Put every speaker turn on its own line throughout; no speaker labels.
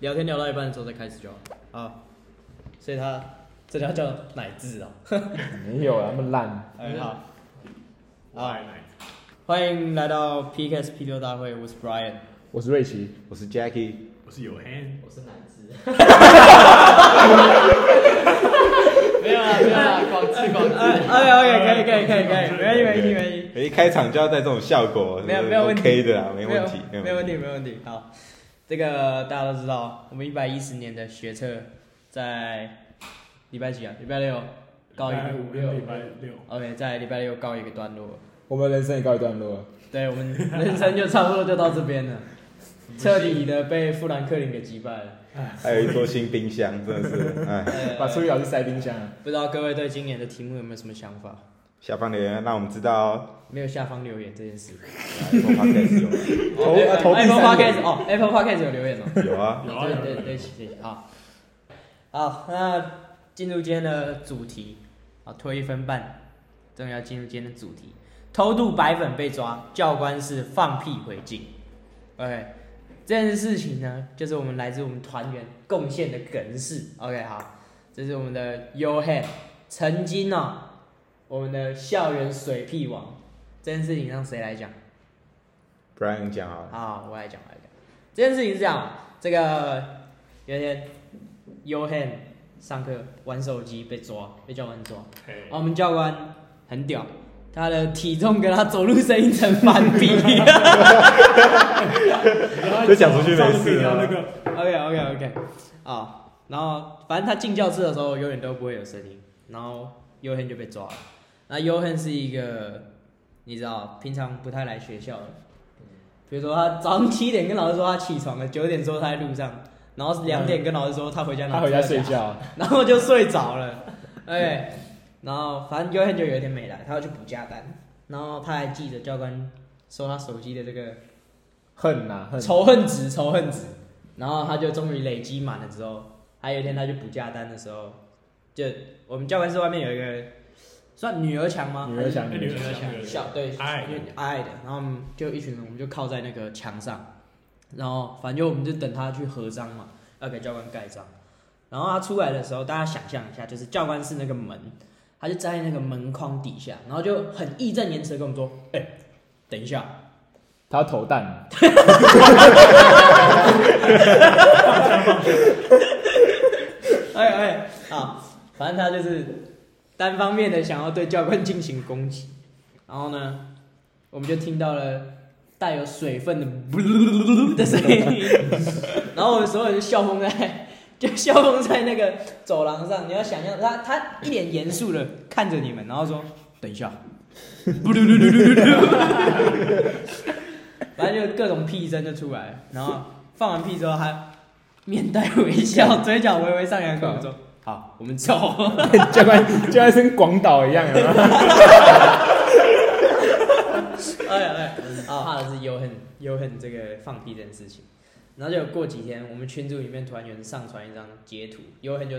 聊天聊到一半的时候再开始就好。好，所以他这条叫奶字哦。
没有啊，那么烂。
很哎好，好，
来来，
欢迎来到 PKS P 六大会，我是 Brian。
我是瑞奇，
我是 Jackie，
我是有 hand，
我是男子，
没有啦，啊没有啦，
广智广智，
哎，OK，可以，可以，可以，可以，没问题，没问题，没问题，
一开场就要带这种效果，
没有，没有问题
OK 的啊啦，没问题，
没有没有问题，没有问题。好，这个大家都知道，我们一百一十年的学测在礼拜几啊？礼拜六告一
礼拜
个
五跟礼拜六，
OK，在礼拜六告一个段落。
我们人生也告一段落了。
对我们人生就差不多就到这边 了，彻底的被富兰克林给击败了。
还有一座新冰箱，真的是，哎，
呃
把出去老师塞冰箱啊。
不知道各位对今年的题目有没有什么想法？
下方留言让我们知道哦。
没有下方留言这件事。
iPhone Podcast 有吗
投啊投第
Apple
三
Podcast
名。
哦，Apple Podcast 有留言哦。
有 啊，
有啊
对
有啊
对
有啊
对，谢谢。好，好，那进入今天的主题，好，推一分半，终于要进入今天的主题。偷渡白粉被抓，教官是放屁回敬。OK，这件事情呢，就是我们来自我们团员贡献的梗事。OK，好，这是我们的 U Head，曾经哦，我们的校园水屁王，这件事情让谁来讲？
，Brian 讲好了，
啊，我来讲，我来讲。这件事情是这样，这个有一天 u h a n 上课玩手机被抓，被教官抓。
嘿
啊，我们教官很屌，他的体重跟他走路声音成反比。
这讲出去没
上次
事
要那
啊。
个
OK OK OK，啊，然后反正他进教室的时候永远都不会有声音，然后 u h a n 就被抓了。那 u h a n 是一个你知道平常不太来学校的，比如说他早上七点跟老师说他起床了，九点说他在路上，然后两点跟老师说他回家拿
他回家
资料
睡
夹
觉，
然后就睡着了，哎，然后反正 u h 就有一天没来，他要去补假单，然后他还记得教官收他手机的这个
恨呐恨。
仇恨值，仇恨值，然后他就终于累积满了之后，还有一天他去补假单的时候，就我们教官室外面有一个算啊女儿墙吗？
女儿墙，
哎
女
女
儿
儿
墙。
墙，女儿
小
墙，
对，
矮
因为矮矮的，然后我们就一群人，我们就靠在那个墙上，然后反正我们就等他去合章嘛，要给教官盖章。然后他出来的时候，大家想象一下，就是教官室那个门，他就站在那个门框底下，然后就很义正言辞的跟我们说：“哎、等一下，
他要投弹，
哎哎，好，反正他就是单方面的想要对教官进行攻击，然后呢，我们就听到了带有水分的“的 声音，然后我们所有人就笑疯在， 就笑疯在那个走廊上。你要想象他，他一脸严肃的看着你们，然后说：“等一下。” 反正就各种屁声就出来了，然后放完屁之后，他面带微笑，嘴角微微上扬，跟我们说：“好，我们走。
教官教官跟广岛一样 啊。”，
哎哎，啊，怕的是有很有很这个放屁这件事情。然后就过几天，我们群组里面团员上传一张截图，尤恨就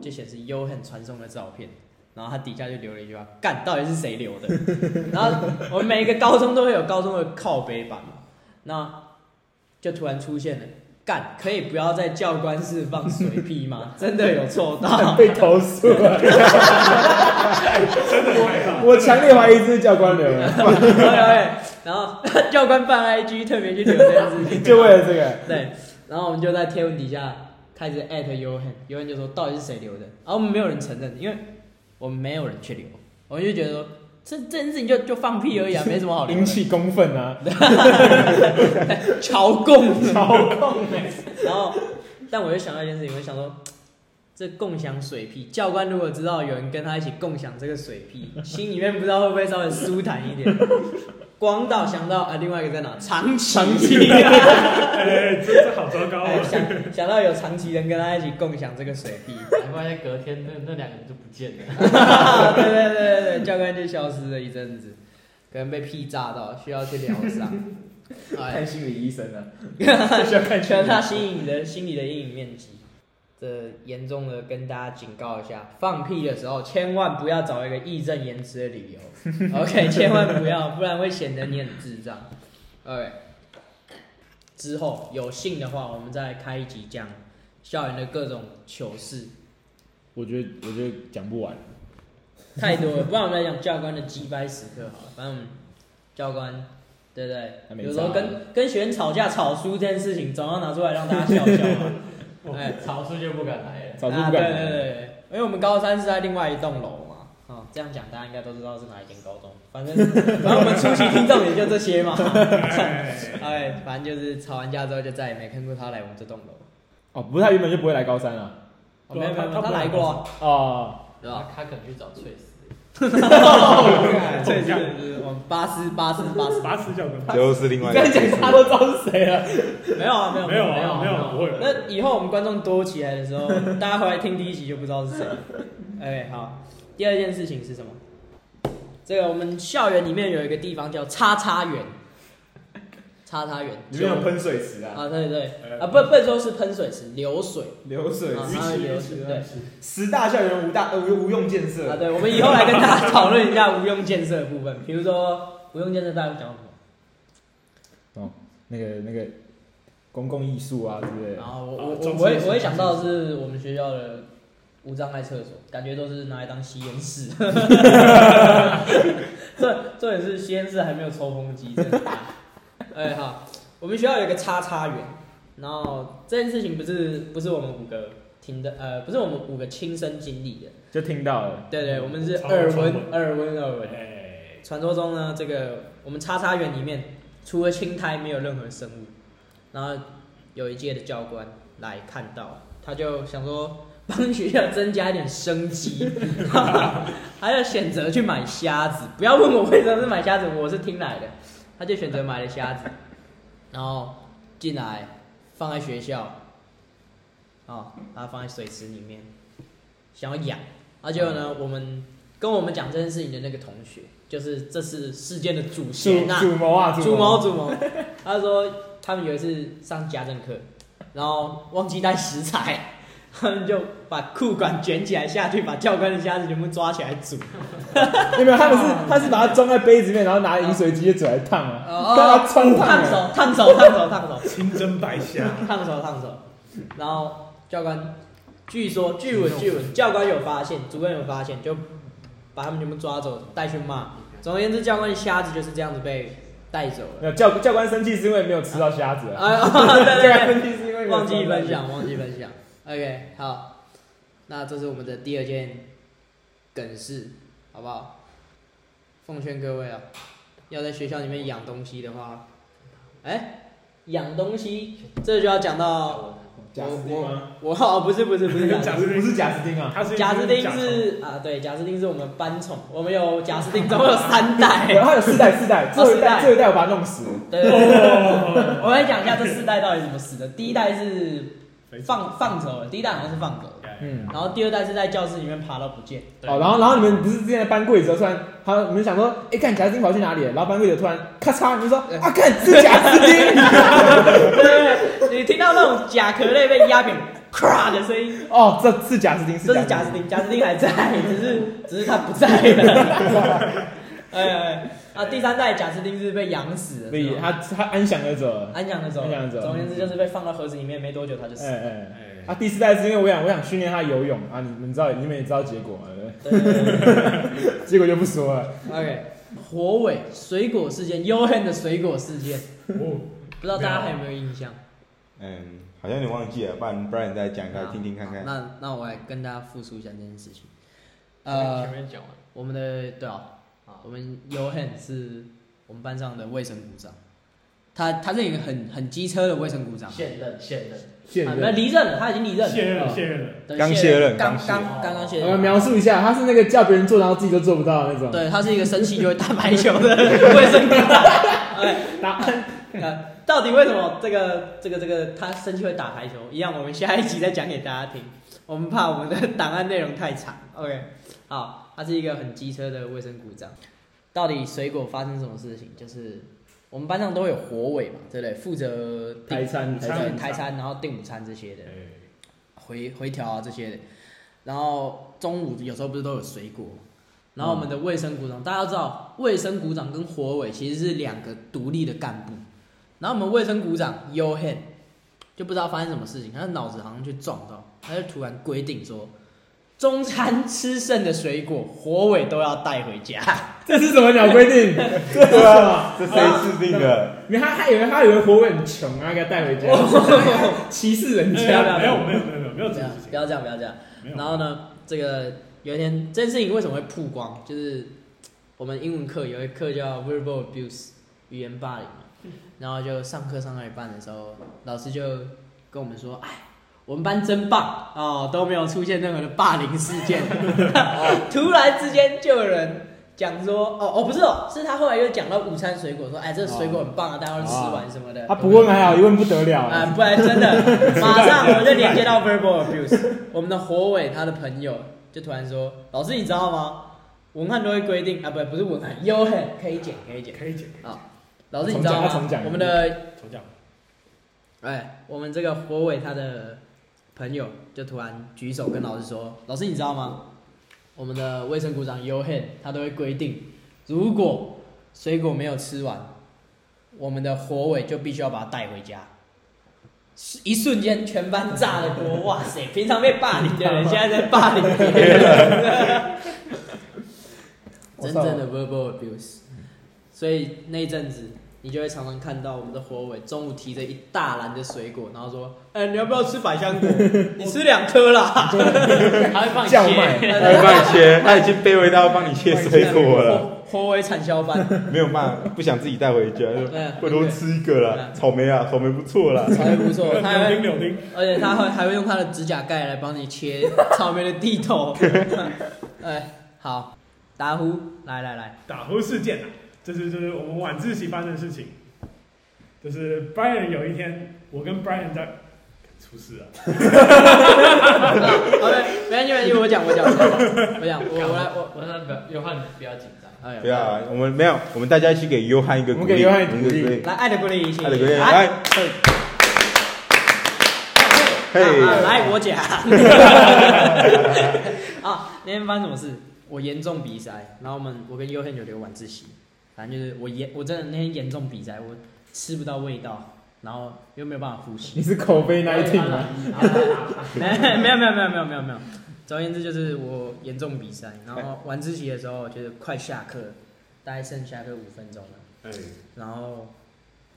就显示尤恨传送的照片，然后他底下就留了一句话：“干，到底是谁留的？” 然后我们每一个高中都会有高中的靠背版嘛，那就突然出现了。干，可以不要在教官室放水屁 吗？真的有臭到
被投诉了。
真的会啊，
我强烈怀疑这是教官留的，
对对。哎然后教官办 IG 特别去留这件事 情，
就为了这个。
对，然后我们就在贴文底下开始艾特尤恩，尤恩就说到底是谁留的，然后我们没有人承认，因为我们没有人去留，我们就觉得说这这件事情就就放屁而 已啊，没什么好留
引
的，
起公愤啊！
朝贡。
操控欸
然后，但我就想到一件事情，我就想说，这共享水屁，教官如果知道有人跟他一起共享这个水 屁，心里面不知道会不会稍微舒坦一 点。广岛想到啊，另外一个在哪？长崎。长崎
哎，这这好糟糕
哎，
啊，
想想到有长崎人跟他一起共享这个水屁，
难怪隔天那那两个人就不见了。
对对对对对，教官就消失了一阵子，可能被屁炸到，需要去疗伤。哎，
看心理医生啊，需要看
全
全
他
他。
心里的心理的阴影面积。这严重的跟大家警告一下，放屁的时候千万不要找一个义正言辞的理 由，OK，千万不要，不然会显得你很智障。OK，之后有幸的话，我们再开一集讲校园的各种糗事，
我觉得我觉得讲不完，
啊太多了。不然我们来讲教官的击败时刻好了。反正我们教官，对不
还
对？
没
有时候
炸
跟跟学员吵架、吵输这件事情，总要拿出来让大家笑笑嘛。哎，
草树就不敢来了。
早就
啊
不
对
敢
对对
了。
对，因为我们高三是在另外一栋楼嘛。哦，这样讲大家应该都知道是哪一间高中。反正 反正我们初期听众也就这些嘛。哎，反正就是吵完架之后就再也没看过他来我们这栋楼。
哦，不是他原本就不会来高三啊。
哦，没有没
对啊
有，
他
他来过啊，
哦，
对
他
吧？啊
他可能去找翠 丝，
对对啊对，我们巴斯巴斯巴斯，
拔死教官，
就是另外一
哦这样
个
讲他都知道是谁了。
没有啊没有
没有
没有
啊，没有啊，不会。
那以后我们观众多起来的时候， 大家回来听第一集就不知道是谁。哎，好，第二件事情是什么？这个我们校园里面有一个地方叫叉叉园，叉叉园
里面有喷水池啊，
啊，对对
呃
啊，不不能说是喷水池，流水
流水
啊
池，
它会流水对
十大校园无大呃无无用建设
啊，对，我们以后来跟大家讨论一下无用建设的部分，比如说无用建设大家会讲到什么？
那个那个公共艺术啊之类
然
的，
后我
啊
我我
装
我会
饰
我会想到是我们学校的无障碍厕所，感觉都是拿来当吸烟室。 这重点是吸烟室还没有抽风机，真的。 哎好，我们学校有一个叉叉园，然后这件事情不是不是我们五个听的，呃，不是我们五个亲身经历的，
就听到了。
对对，我们是
传闻
耳闻
传闻
耳闻耳闻。
哎，
传说中呢，这个我们叉叉园里面除了青苔没有任何生物。然后有一届的教官来看到，他就想说帮学校增加一点生机， 他就选择去买虾子。不要问我为什么是买虾子，我是听来的。他就选择买了虾子，然后进来放在学校，哦，把它放在水池里面，想要养。而且呢，我们跟我们讲这件事情的那个同学，就是这次事件的主
主
嫌呐、
主谋啊，
主
谋
谋主谋，他说他们有一次上家政课，然后忘记带食材，他们就把裤管卷起来下去，把教官的虾子全部抓起来煮。
有没有？他们是他是把它装在杯子里面，然后拿饮水机的嘴来烫啊，
哦
让它穿
烫
烫啊。
手，烫手，烫手，烫手，
清蒸白虾，
烫手，烫手。然后教官，据说据闻据闻，教官有发现，主任有发现，就把他们全部抓走，带去骂。总而言之，教官的虾子就是这样子被带走了。
没有教教官生气是因为没有吃到虾子啊，
哎， 对对
教
对
官。生气是因为没有
忘记
吃到虾
分
子。
享，忘记分享。OK，好，那这是我们的第二件梗事，好不好？奉劝各位啊，要在学校里面养东西的话，哎、养东西，这就要讲到
贾斯汀吗？
哦我 哦，不是不是不是
贾
讲
斯汀
不是不是贾斯汀啊，
他是
贾斯汀
假的
是啊，对，贾斯汀是我们班宠，我们有贾斯汀，总共有三代。
有他有四代四代，最后
哦
一
四代
代最后一代我把它弄死。
对对对，对我来讲一下这四代到底怎么死的。第一代是
没错
放放走了，第一代好像是放走了。
嗯，
然后第二代是在教室里面爬到不见，
哦，然后然后你们不是之前搬柜子的时候，突然他你们想说，哎，看贾斯汀跑去哪里了？然后搬柜子突然咔嚓，你们说啊，看是贾斯汀。
对，你听到那种甲壳类被压扁“咵”的声音，
哦，这是贾斯汀，
这是
贾
贾
斯
斯
汀。
汀，贾斯汀还在，只是只是他不在了。哎哎啊，第三代贾斯汀是被养死的，
所以
是吗
他他安详的走了。
安养的走，
安养的走
总而言之就是被放到盒子里面，没多久他就
哎
死。
哎。
哎
啊，第四代是因为我想我想训练他游泳啊，你你们知道你们也知道结果嘛，对不
对对对
哎
对对
对？ 结果就不说了。
OK，火尾水果事件，幽恨的水果事件，
哦，
不知道大家还有没有印象？
嗯，好像有点忘记了，不然不然你再讲一下
好
听听看 看。
那那我来跟大家复述一下这件事情。呃
前，面讲完
我们的对啊，
啊
我，们 Yohan 是我们班上的卫生股长，他他是一个很很机车的卫生股长，
现任现任，
现
啊没
任，
离任了，他已经离任了，
现任了，现任了，
对
刚
卸
卸任
刚
刚卸
刚
任
刚刚卸
我们
任。
描述一下，他是那个叫别人做，然后自己都做不到的那种。
对，他是一个生气就会打排球 的卫生股长。哎，
答案
呃，到底为什么这个这个这个他生气会打排球？一样，我们下一集再讲给大家听。我们怕我们的档案内容太长。OK，好，他是一个很机车的卫生股长。到底水果发生什么事情？就是我们班上都有火尾嘛，对不对？负责订
台餐
对
台
餐
台餐，然后订午餐这些的
哎，，
回回调啊这些的。然后中午有时候不是都有水果嘛，然后我们的卫生股长，大家都知道，卫生股长跟火尾其实是两个独立的干部，然后我们卫生股长 Yohan 就不知道发生什么事情，他的脑子好像去撞到，他就突然规定说，中餐吃剩的水果火尾都要带回家。
这是什么鸟规定？
对啊，这谁制定
啊
的？
因为他他以为他以为活伟很穷啊，给他带回家，
哦
歧视人
没
家。
有没有没有没有没有
不
这
要
种
不
事情，
要这样，不要这样。
没有。啊
然后呢，这个有一天，这件事情为什么会曝光？就是我们英文课有一课叫 verbal abuse 语言霸凌嘛，然后就上课上到一半的时候，老师就跟我们说：“哎，我们班真棒哦，都没有出现任何的霸凌事 件。”突然之间就有人。讲说哦哦不是哦，是他后来又讲到午餐水果，说哎这水果很棒啊，
哦
大家都吃完什么的。
他啊不问还好，一问不得了啊！
啊，不然真的，马上我就连接到 verbal abuse。我们的火尾他的朋友就突然说：“老师，你知道吗？文案都会规定啊，不不是文案，有很可以剪，可以剪。
可以剪，
老师，你知道
重
吗
讲重讲？
我们的
重讲。
哎，我们这个火尾他的朋友就突然举手跟老师说：老师，你知道吗？我们的卫生股长 Yohan 他都会规定，如果水果没有吃完，我们的火尾就必须要把它带回家。是一瞬间，全班炸了锅！哇 塞，平常被霸凌的人，现在在霸凌别 人，
我
真
操
正的 verbal abuse。所以那一阵子，你就会常常看到我们的火尾中午提着一大篮的水果，然后说：“哎、你要不要吃百香果？你吃两颗啦。
还会放
叫
鞋，
卖，
他帮 你切，他已经卑微到帮你切水果了，
火”火尾产销班，
没有办法，不想自己带回家，
嗯
就回头吃一个啦，草莓啊，草莓不错啦。
还不错，哦他还
柳
会
丁，柳丁，
而且他还还会用他的指甲盖来帮你切草莓的地头。哎，好，打呼，来来来，
打呼事件啊，这是就是我们晚自习班的事情。就是 Brian 有一天，我跟 Brian 在出事啊了，
好的，没关系，没关系，我讲，我讲，我讲，我讲，我我来，我
我我让不要，约翰不要紧张，
哎
不要啊，我们没有，我们大家一起给约翰一个鼓励，
我们给约翰一个鼓励
我们一个
来，爱的鼓励，
爱的鼓励
来，
来
嘿
嘿
啊啊来我 讲。啊，那天发生什么事？我严重鼻塞，然后我们我跟优 n 有留晚自习，反正就是我严，我真的那天严重鼻塞，我吃不到味道，然后又没有办法呼吸
你。是口碑 nineteen 啊？
没没有没有没有没有没有没有。总而言之，就是我严重鼻塞，然后晚自习的时候就是快下课，大概剩下课五分钟了，
哎，
然后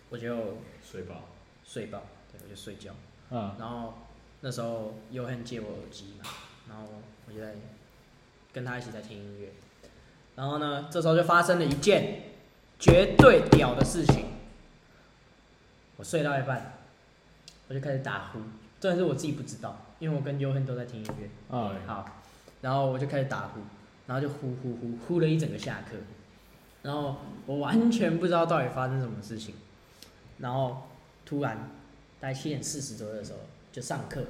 我就
水宝，
睡吧，对，我就睡觉。
啊，
然后那时候尤恨借我耳机嘛，然后我就在跟他一起在听音乐。然后呢，这时候就发生了一件绝对屌的事情。我睡到一半，我就开始打呼，重点是我自己不知道，因为我跟尤恨都在听音乐。
啊，
好，然后我就开始打呼，然后就呼呼呼呼了一整个下课，然后我完全不知道到底发生什么事情，然后突然大概七点四十左右的时候就上课，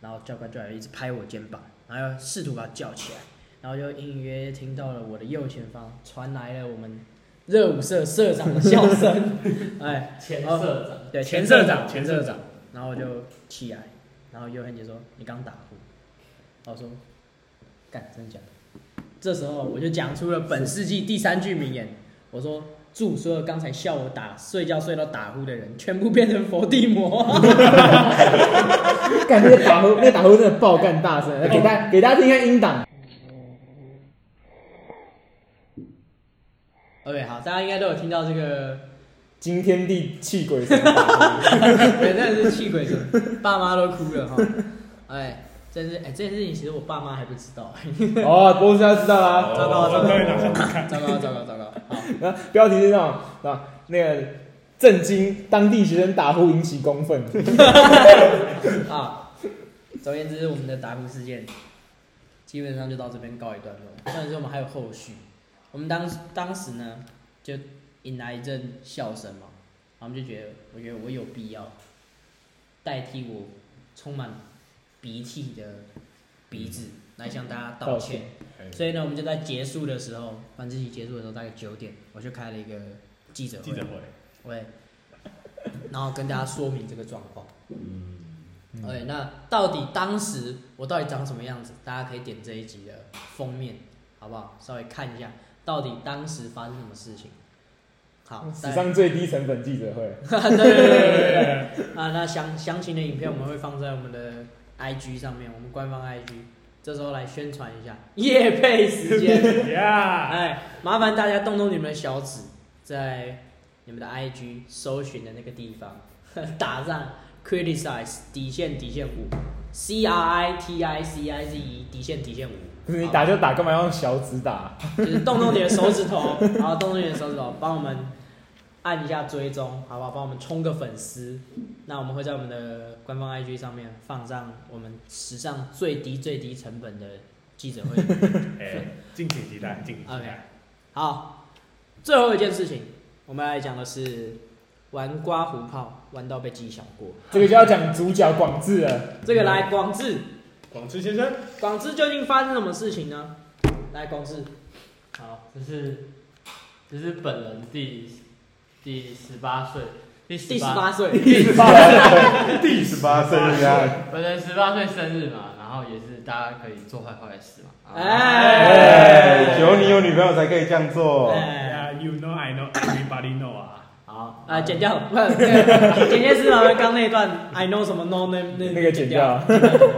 然后教官就来一直拍我肩膀，然后又试图把我叫起来，然后就隐隐约约听到了我的右前方传来了我们热舞社社长的笑声，哎，
前社长，
对，前
前
社
社
长，
长
前
前
社
社
长。然后我就起来，然后尤汉杰说：“你刚打呼。”然后我说：“干，真的假的？”这时候我就讲出了本世纪第三句名言，我说：“祝所有刚才笑我打睡觉睡到打呼的人，全部变成伏地魔。
感觉打呼，那个打呼真的爆干 大
哦
声，给大家给大家听一下音档。”
OK，好，大家应该都有听到这个，
惊天地泣鬼神，
对，真的是气鬼声，爸妈都哭了哈。哎，真是哎，这件事情其实我爸妈还不知道，
哦，波斯要知道啦。
糟糕糟
我
糕
终哦于拿上来
糟糕糟糕糟糕，好，
然后 标题是那种，啊，那个震惊当地学生打呼引起公愤，
啊，总而言之，我们的打呼事件基本上就到这边告一段落。但是我们还有后续，我们当当时呢就引来一阵笑声嘛，然后我们就觉得，我觉得我有必要代替我充满鼻涕的鼻子来向大家道
道
歉
歉。
所以呢，我们就在结束的时候，晚自习结束的时候大概九点，我就开了一个记者会。
记者会，
喂，然后跟大家说明这个状况。嗯，哎，那到底当时我到底长什么样子？大家可以点这一集的封面，好不好？稍微看一下，到底当时发生什么事情。好，
史
再来
上最低成本记者会，
对对对对对对。啊，那详详情的影片我们会放在我们的 IG 上面，我们官方 IG。这时候来宣传一下夜配时间，
，Yeah，
哎，麻烦大家动动你们的小指，在你们的 IG 搜寻的那个地方 打上 criticize 底线底线五 C R I T I C I Z E 底线底线五，
不是你
好吧
打就打，干嘛要用小指打？
就是动动你的手指头， 然后动动你的手指头，帮我们按一下追踪，好不好？帮我们冲个粉丝。那我们会在我们的官方 IG 上面放上我们史上最低最低成本的记者会。
哎，敬请期待，敬请期
OK，
待。
好，最后一件事情，我们来讲的是玩刮胡泡玩到被记小过。
这个就要讲主角广志了，
这个来广志，
广志先生，
广志究竟发生什么事情呢？来广志，
好，这是这是本人第第十八岁，第
第
十
十
八，
八岁，
第十八啊岁这样，
本人十八岁生日嘛，然后也是大家可以做坏坏的事嘛。啊
哎
哎，求你有女朋友才可以这样做。
哎
Yeah，you know I know，everybody know 啊。
好，
啊，剪掉，不，对剪接师麻烦刚那一段，I know 什么 no 那那
那个
剪。
剪掉，
真的呢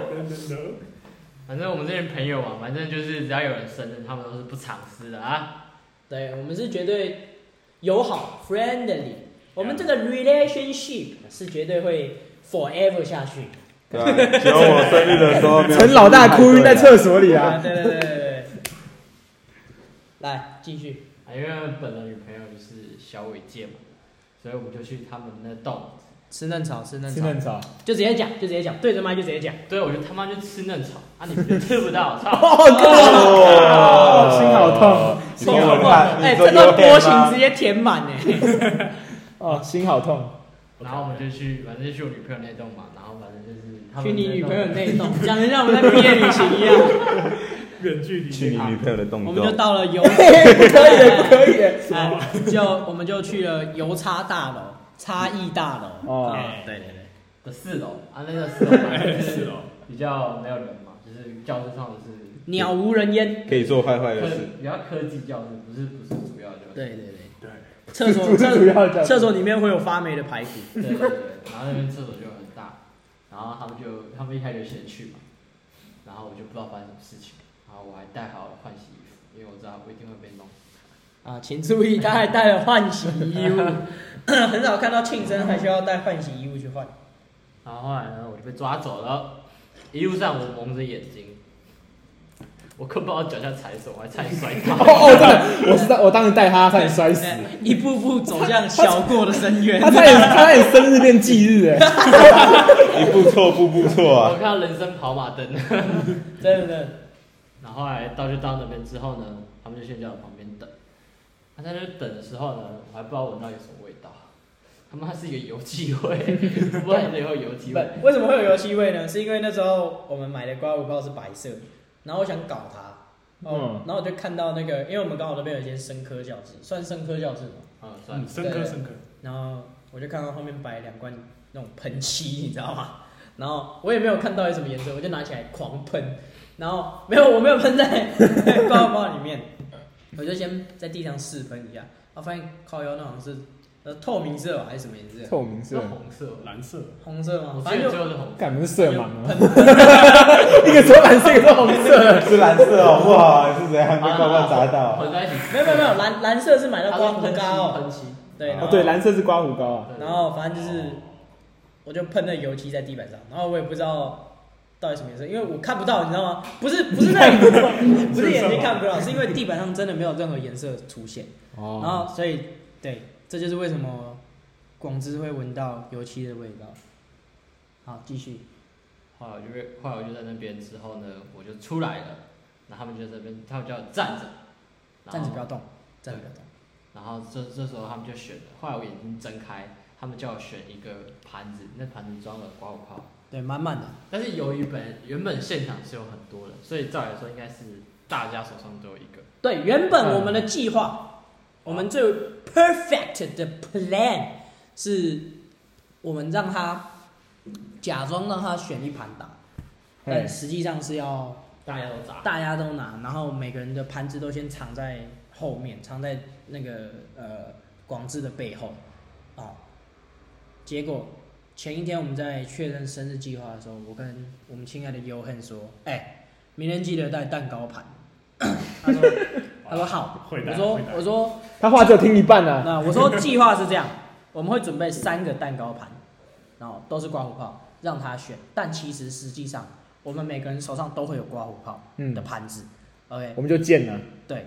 反正我们这群朋友嘛，反正就是只要有人生日，他们都是不藏私的啊。
对，我们是绝对友好 friendly，我们这个 relationship 是绝对会 forever 下去。
对吧？只有我生日的时候没有。
陈老大哭晕在厕所里
啊，
啊！
对对对对对。来继续，
啊，因为本人女朋友就是小伟界嘛，所以我们就去他们那栋，
吃嫩草，吃嫩
吃
草，
嫩草，
就直接讲，就直接讲，对着麦就直接讲。
对我就他妈就吃嫩草啊，你们就吃不到，操！
哦，
哦
心好 痛，
你给我看，
哎，
你说
这段
有
波
黑吗
形直接填满哎。
哦，心好痛，
然后我们就去，反正就去我女朋友那栋嘛，然后反正就是他们
去你
那
女
栋
朋友那一栋，讲的像我们在毕业旅行一样，
远距离
去你女朋友的
我
动
们就
作。
到了油。
嘿嘿不可以的，不可以的，
哎，就我们就去了邮差大楼、差异大楼。
哦
哎对对对，
的四楼啊，那个四楼嘛就
四
是
楼
比较没有人嘛，就是教室上的是
鸟无人烟。
可以做坏坏的
科
事，
比较科技教室，不是不是主要教室。
对对对，
对，
厕所
主主
厕
要讲
厕所里面会有发霉的排骨。
对对对，然后那边厕所就很大，然后他们就他们一开始就先去嘛，然后我就不知道发生什么事情，然后我还带好了换洗衣服，因为我知道我一定会被弄。
啊，请注意，他还带了换洗衣物， 很少看到庆生还需要带换洗衣物去 换。
然后后来呢，我就被抓走了，一路上我蒙着眼睛，我根本不知道脚下踩什么，我还差点摔 倒。
哦哦，对，我知道，我当时带他，差点 摔死，
哎一步步走向小过的深渊
他。差点，他差点生日变忌日，哎，
一步错步步错
我
啊！
看到人生跑马灯。
真的真的，
然后后来到就到那边之后呢，他们就先在我旁边等。他在那等的时候呢，我还不知道闻到有什么味道，他妈是一个油气味，不然以后油气味。
不，为什么会有油漆味呢？是因为那时候我们买的刮胡泡是白色，然后我想搞它。哦，然后我就看到那个，因为我们刚好那边有一间生科教室，算生科教室吗？
嗯，算
嗯，
了，
深刻深刻。
然后我就看到后面摆两罐那种喷漆， 你知道吗？然后我也没有看到有什么颜色，我就拿起来狂喷，然后没有，我没有喷在 包包里面，我就先在地上试喷一下，我发现靠腰那好像是呃透明色吧，还是什么颜色？
臭名
是
色，
红色，
蓝色，
红色吗
我？记
反
得
正
最
就
后是红色。
干不是色盲
就
啊，
喷
一个说蓝色，一个说红 色，哦
是蓝色好不好？是怎样被罐罐砸到？
混在一起。
没有没有没有，蓝蓝色是买到
它
刮
是
胡
喷漆，啊
膏哦，
喷漆。
对，然
哦
后，
对，蓝色是刮胡膏啊，
对
然后反正就是，我就喷了油漆在地板上，然后我也不知道到底什么颜色，因为我看不到，你知道吗？不是不是那里， 不是眼睛看不到，是因为地板上真的没有任何颜色出现，然
哦，
后所以对，这就是为什么广之会闻到油漆的味道。好，继续。
后来我就被，后来我就在那边之后呢，我就出来了，然后他们就在那边，他们叫我站着，然后
站着不要动，站着不要动。
然后这这时候他们就选了，后来我眼睛睁开，他们叫我选一个盘子，那盘子装了刮胡泡，
对，满满的。
但是由于本原本现场是有很多人，所以照理说应该是大家手上都有一个，
对，原本我们的计划，我们最 perfect 的 plan 是，我们让他假装让他选一盘打，但
嘿
实际上是要
大家都砸，
大家都拿，然后每个人的盘子都先藏在后面，藏在那个呃广志的背后，哦，结果前一天我们在确认生日计划的时候，我跟我们亲爱的尤恨说，哎、明天记得带蛋糕盘。他说，他说好，
会
我
带
说
会带
我说
他话只有听一半啊，
那我说计划是这样， 我们会准备三个蛋糕盘，然后都是刮胡泡，让他选。但其实实际上，我们每个人手上都会有刮胡泡
嗯
的，盘子。OK，
我们就见了，
对。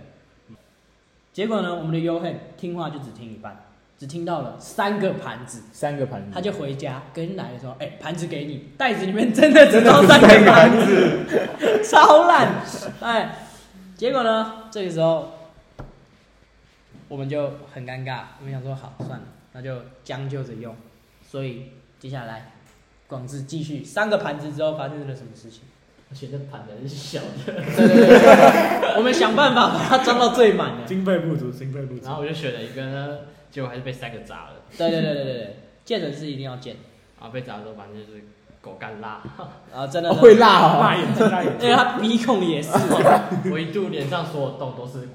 结果呢，我们的 Yohan 听话就只听一半，只听到了三个盘子，
三个盘子，
他就回家跟奶奶说：“哎、盘子给你，袋子里面真的只装三个
三个
盘
盘
子，
子，
超烂。”哎，结果呢，这个时候我们就很尴尬，我们想说好算了，那就将就着用。所以接下来，广志继续三个盘子之后发生了什么事情？
而且那盘子是小的，
对对对对， 我们想办法把它装到最满的。
经费不足，经费不足
然。后我就选了一个呢，结果还是被三个砸了，
对对对对对对，见人是一定要见
然后被砸的时候反正就是狗干辣，
啊，真的
哦会
真的，
辣哦，
辣眼睛，辣眼
因
睛
为。他鼻孔也是。
我一度脸上所有洞都是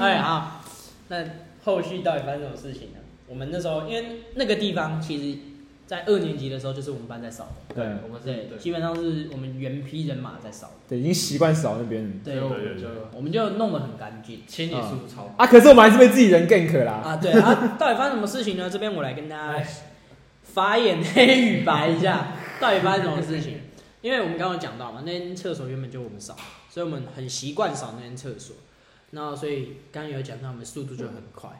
哎，好，那后续到底发生什么事情呢？我们那时候因为那个地方其实，在二年级的时候就是我们班在扫的，
对
我们是
对，
对，
基本上是我们原批人马在扫的，
对，已经习惯扫那边了
所 以
对，
我
对
们
对
就
对
我们就弄得很干净
清理速度超快。
啊，可是我们还是被自己人 gank 啦，
啊。对啊，到底发生什么事情呢？这边我来跟大
哎
家法眼黑与白一下，到底发生什么事情？因为我们刚刚讲到嘛，那间厕所原本就我们扫，所以我们很习惯扫那间厕所。那所以刚刚有讲到，我们速度就很快，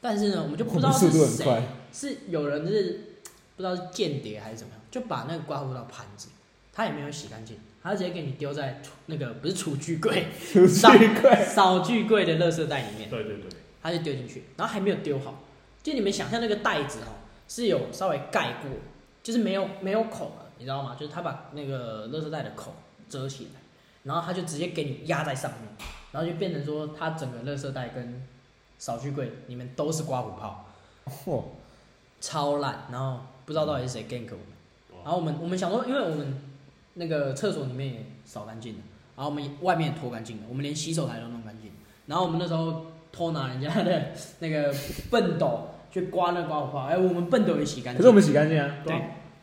但是呢，我们就不
我
知道
们
是
速度很
谁
快，
是有人是不知道是间谍还是怎么样，就把那个刮胡刀盘子，他也没有洗干净，他直接给你丢在储那个不是厨具柜，
出去快，
扫具柜的垃圾袋里面，
对对对，
他就丢进去，然后还没有丢好，就你们想象那个袋子哦，是有稍微盖过，就是没有没有口了，你知道吗？就是他把那个垃圾袋的口遮起来，然后他就直接给你压在上面，然后就变成说他整个垃圾袋跟扫具柜里面都是刮胡泡。
哦，
超烂，然后不知道到底是
嗯
谁 gank 我们，然后我们我们想说，因为我们那个厕所里面也扫干净了，然后我们也外面也拖干净了，我们连洗手台都弄干净了，然后我们那时候偷拿人家的 那个笨斗去刮那刮胡泡，哎，我们笨斗也洗干净，
可是我们洗干净啊，
对，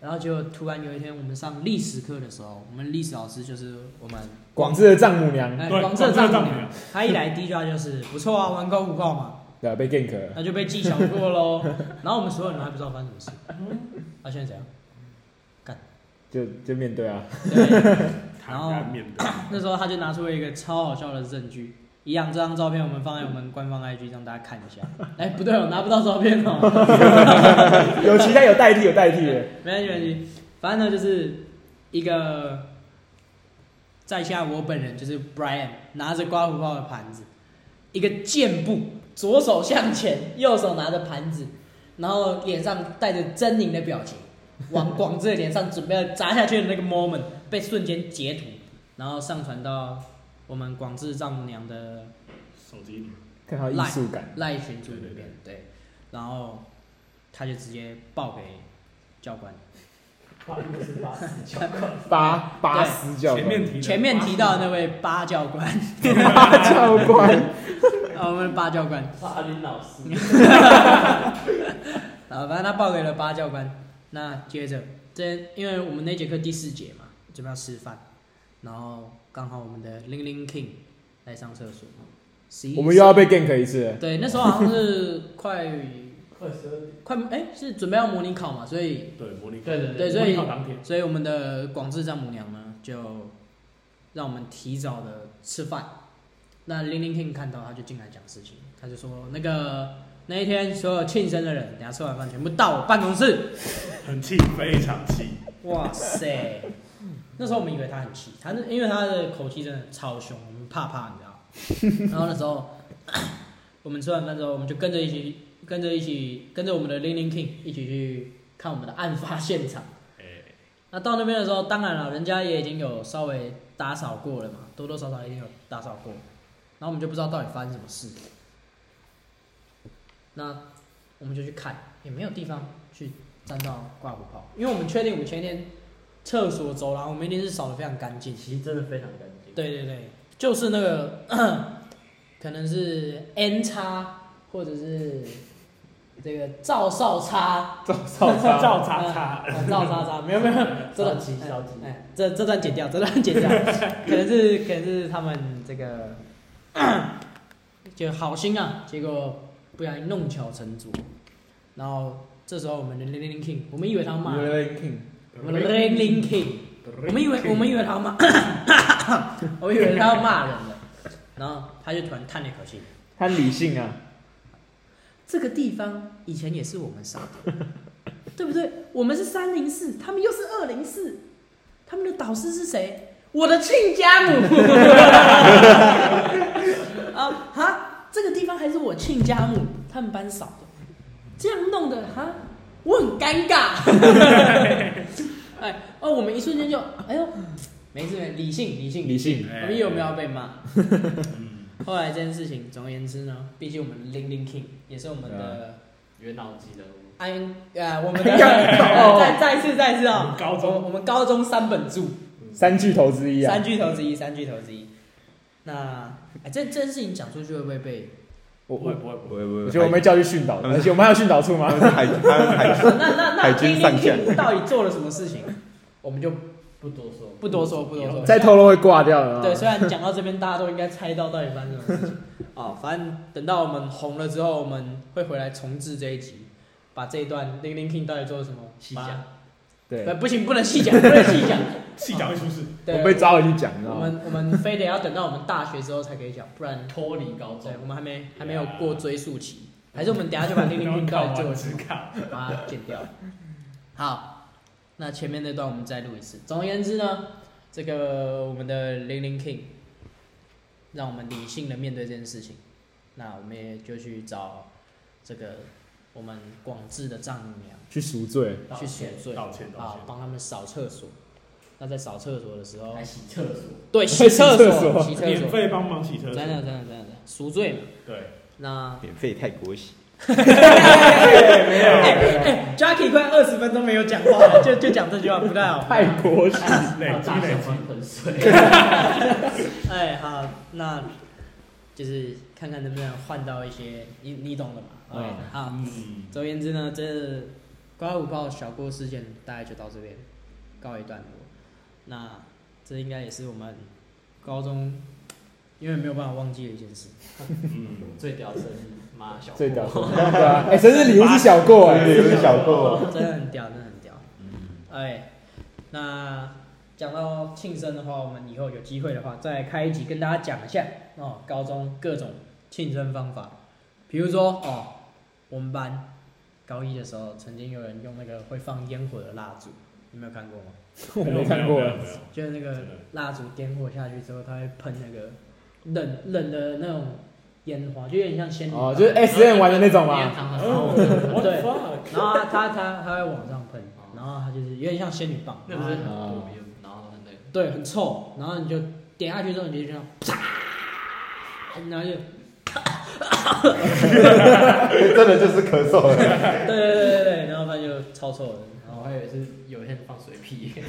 然后就突然有一天我们上历史课的时候，我们历史老师就是我们
广智的丈母娘，
哎
对
广
广
正
智
丈
丈
母
母
娘
娘，
他一来 第一句话就是不错啊，玩刮胡泡嘛。
对，啊被 gank 了，
那就被记小过 喽。然后我们所有人都还不知道发生什么事，
嗯
他、现在怎样？
就就面对啊，
对，
坦然面对。
那时候他就拿出了一个超好笑的证据，一样这张照片我们放在我们官方 IG 让大家看一下。哎，不对哦，拿不到照片哦，
有期待有代替有代替的，
没关系没关系，反正呢就是一个在下我本人就是 Brian 拿着刮胡泡的盘子，一个箭步，左手向前，右手拿着盘子，然后脸上带着狰狞的表情，往广志的脸上准备要砸下去的那个 moment 被瞬间截图，然后上传到我们广志丈母娘的
手机里
看好艺术感，
赖群组里面，对，然后他就直接报给教官。
八六十八十九，
八八十教
前面
官，
提的
前面提到的那位八教官，
八教官，
啊，我们八教官，
巴林老师，
啊，反正他报给了八教官。那接着，这因为我们那节课第四节嘛，准备要吃饭，然后刚好我们的零零 king 来上厕所，十一，
我们又要被 gank 一次了，
对，那时候好像是快
二十二点，
快哎、是准备要模拟考嘛，所以
对模拟
对对
对，
对，
所以
模拟考当天
所以我们的广智丈母娘呢，就让我们提早的吃饭。那零零 king 看到他就进来讲事情，他就说那个那一天所有庆生的人，等下吃完饭全部到我办公室。
很气，非常气。
哇塞！那时候我们以为他很气，他那因为他的口气真的超凶，我们怕怕，你知 道吗。然后那时候 我们吃完饭之后，我们就跟着一起跟着一起跟着我们的零零 king 一起去看我们的案发现场。
哎，
那到那边的时候，当然了，人家也已经有稍微打扫过了嘛，多多少少一定有打扫过。然后我们就不知道到底发生什么事。那我们就去看，也没有地方去沾到挂不泡，因为我们确定我们前一天厕所走廊我们一定是扫的非常干净。
其实真的非常干净。
对对对，就是那个 可能是 N 叉或者是这个赵少叉，
赵少
照
叉，
照叉叉，
呃赵叉叉，没有没有，这
着
段
急着急，
哎，这这段剪掉，这段 剪掉，可能是可能是他们这个 就好心啊，结果不小心弄巧成拙，然后这时候我们的 Lin Lin King，我们以为他骂，
有人 king，
我们的 Lin Lin King。我们以为我们以为他要骂， 我们以为他要骂人了，然后他就突然叹了一口气，
他理性啊，
这个地方以前也是我们杀的， 对不对？我们是三零四，他们又是二零四，他们的导师是谁？我的亲家母。 啊哈，这个地方还是我亲家母，他们班少的，这样弄的哈，我很尴尬。 哎哦，我们一瞬间就哎呦，没事没事，理性理性
理性，
哎
我们有没有被骂？
嗯
后来这件事情，总而言之呢，毕竟我们 Lin Lin King 也是我们的
元老级人物，
安呃，我们的
哦
再再一次再一次
我
哦
们，高
我
中
我们高中三本柱，
三巨头之一啊
三，巨头之一，三巨头之一。那哎，这这件事情讲出去会不会被？
我
不会
我
不会不会，
我我
我觉得我们被叫去训导的，而且我们还有训导 处吗？
海他们海
那那那
海
Lin
军
Lin
上将
King 到底做了什么事情？我们就
不多说，
不多说，不多说。
再透露会挂掉的啊。
对，虽然讲到这边，大家都应该猜到到底发生什么事情。哦，反正等到我们红了之后，我们会回来重置这一集，把这一段 Lin Lin King 到底做了什么
细讲
把它
对，
呃，不行，不能细讲，不能细讲。
细讲会出事。
对，
我被抓回去讲，你知
我
道吗？
们我们非得要等到我们大学之后才可以讲，不然
脱离高中
对，我们还没还没有过追溯期，还是我们等一下就把 Lin Lin
然后
King
考
到底做
完
了什
只
么，
考，
把它剪掉。好，那前面那段我们再录一次。总而言之呢，这个我们的 Lin Lin King 让我们理性的面对这件事情，那我们也就去找这个我们广智的丈母娘。
去赎罪，
道
去赎
歉
罪，
道歉道
啊
歉，
帮他们扫厕所。那在扫厕所的时候
还，洗厕所，
对，洗厕
洗厕所
洗厕
免
所，
费帮忙洗车
真，的真的真的真的赎罪嘛。
对，
那
免费泰国洗，
没有，哎，Jacky 快二十分钟没有讲话 了，就就讲这句话不太好。
泰国式
累积
大
累
小
积。
喷喷水，
哎，好，那就是看看能不能换到一些你你懂的嘛。
嗯
OK，好，
嗯，
总而言之呢，这瓜五炮小郭事件大概就到这边告一段落。那这应该也是我们高中因为没有办法忘记的一件事。
嗯，
最屌生日，妈 小
最屌
货
的，对啊，哎，生日礼物是小过哎，
对，有点小够。
真的很屌，真的很屌。
嗯
哎，那讲到庆生的话，我们以后有机会的话，再开一集跟大家讲一下哦，高中各种庆生方法，比如说哦，我们班高一的时候，曾经有人用那个会放烟火的蜡烛，你没有看过吗？
我没看过
没有，没有没有
就是那个蜡烛点火下去之后，它会喷那个冷冷的那种烟花，就有点像仙女
哦，
棒
就是 S M 玩的那种
你也
嘛，
看看
哦，what the fuck？
然后它它它会往上喷，然后它就是有点像仙女棒，
那
然
不
后
是
它
很多比然后那个
啊
对，很臭，然后你就点下去之后，你就这样，啪，然后就，
真的就是咳嗽了。
对对对对对，然后它就超臭的，然后
我还以为是有一天放水屁，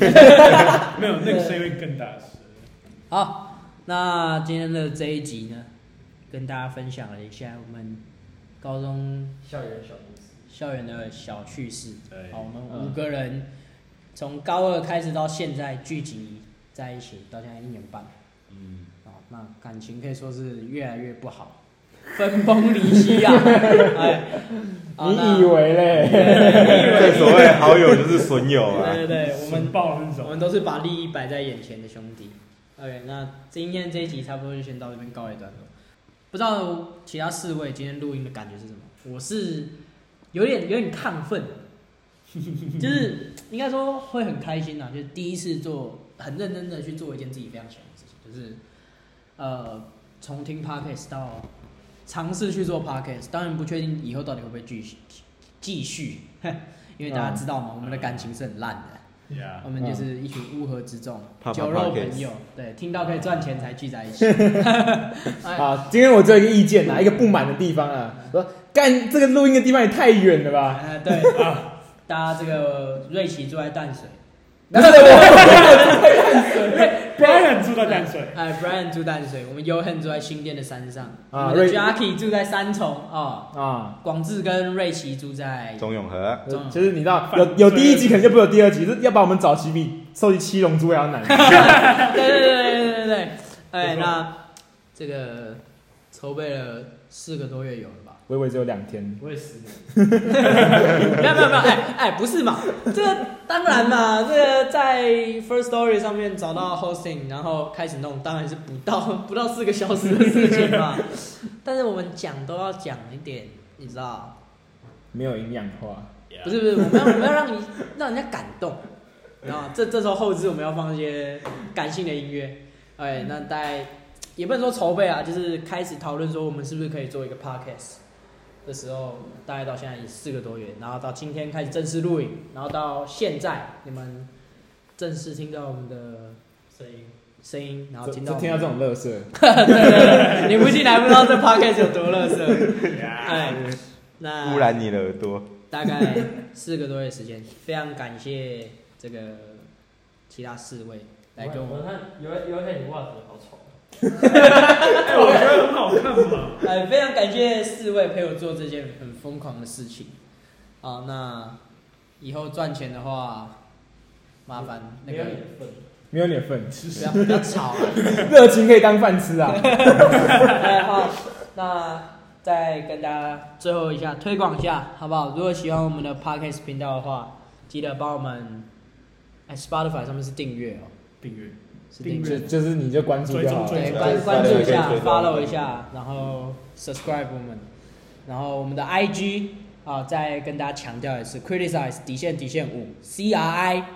没有，那个声音会更大声。
好，那今天的这一集呢，跟大家分享了一下我们高中
校园小故事，
校园的小趣事。
对
好，我们
嗯
五个人从高二开始到现在聚集在一起，到现在一年半。
嗯，
哦，那感情可以说是越来越不好， 分崩离析啊！哎，好那
你以为嘞？
这所谓好友就是损友啊。
对对对，我
神
们
爆那
我
种，
们都是把利益摆在眼前的兄弟。OK，那今天这一集差不多就先到这边告一段落。不知道其他四位今天录音的感觉是什么？我是有点有点亢奋， 就是应该说会很开心啊，就是第一次做很认真的去做一件自己非常喜欢的事情，就是呃从听 podcast 到尝试去做 podcast，当然不确定以后到底会不会继续继续， 因为大家知道嘛，我们的感情是很烂的。
呀
我，们就是一群乌合之众
怕，怕
酒肉
podcast
朋友，对，听到可以赚钱才聚在一起。哎，
啊，今天我只有一个意见啦，一个不满的地方啊，我说干这个录音的地方也太远了 吧？
呃对，大家这个瑞奇住在淡水，
然后我
瑞
Brian 住在淡水，
哎，Brian 住淡水，我们 Yohan 住在新店的山上，我们
啊
的
瑞
Jacky 住在三重哦，
啊，
广志跟瑞奇住在
钟永和，
中
其实你知道，
反
有有第一集可能就不会有第二集，这要把我们早期比收集七龙珠还要难。
对对对对对对，哎，
没错
那这个筹备了四个多月有了吧？
我以为只有两天，
我也十年，
没有没有没有，哎哎，不是嘛？这个当然嘛，这个在 First Story 上面找到 hosting，然后开始弄，当然是不到不到四个小时的事情嘛。但是我们讲都要讲一点，你知道？
没有营养化。
不是不是，我们要我们要让你让人家感动，然后这这时候后置我们要放一些感性的音乐，
嗯
哎，那大概也不能说筹备啊，就是开始讨论说我们是不是可以做一个 podcast。的时候大概到现在也四个多月，然后到今天开始正式录影，然后到现在你们正式听到我们的
声音
声音，然后
这
听
这
到
听到这种乐色，
对对对， 你不进来不知道这 podcast 有多乐色，哎，那
污染你的耳朵。
大概四个多月时间，非常感谢这个其他四位来跟我
我
们，
看有有看你袜子好丑，
哎，我觉得很好看嘛。
呃，非常感谢四位陪我做这件很疯狂的事情。好，那以后赚钱的话，麻烦那
没有
个
你的份。
没有你的份，
不要不要吵了。
热情可以当饭吃啊。
哎好，那再跟大家最后一下推广一下，好不好？如果喜欢我们的 podcast 频道的话，记得帮我们，哎，Spotify 上面是订阅哦，
订阅，
是
订阅
就就是你就关注就好了
追
对，
踪。对
关
对
关注一下
对对对
，follow 一下，然后 subscribe 我们，然后我们的 IG 啊，再跟大家强调一次，criticize 底线底线五 C R I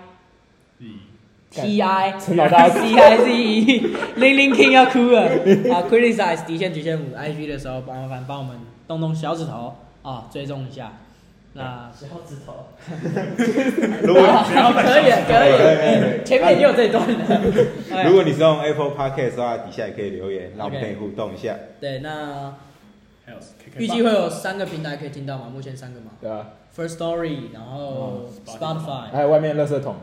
嗯，
T I
陈老 大
C I Z E 零零 King 要哭了啊！Criticize 底线底线五 I G 的时候，麻烦帮我们动动小指头啊，追踪一下。 那
小指头，
如果
啊可以可
对对对
以，前面也有这段的。哎
如果你是用 Apple Podcast 的话，底下也可以留言，让我们
OK
可以互动一下。
对，那
还有 KK
预计会有三个平台可以听到吗？目前三个吗？
对啊，
First Story，然后 Spotify，
还有外面的垃圾桶，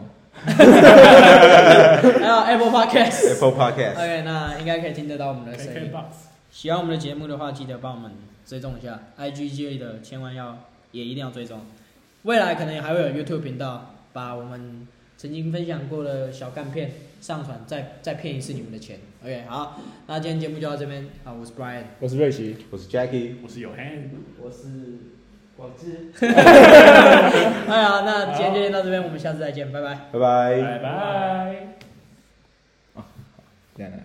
还有 Apple Podcast。
Apple Podcast，
OK，那应该可以听得到我们的声
KK
音。
box，
喜欢我们的节目的话，记得帮我们追踪一下，IG 记得千万要也一定要追踪。未来可能还会有 YouTube 频道，把我们曾经分享过的小干片上传，再再骗一次你们的钱。OK，好，那今天节目就到这边啊，我是 Brian，
我是瑞奇，
我是 Jackie，
我是有 hand。
我是广志。
哎呀，那今天就先到这边，我们下次再见，拜拜。
拜拜。
拜拜。
这样的。啊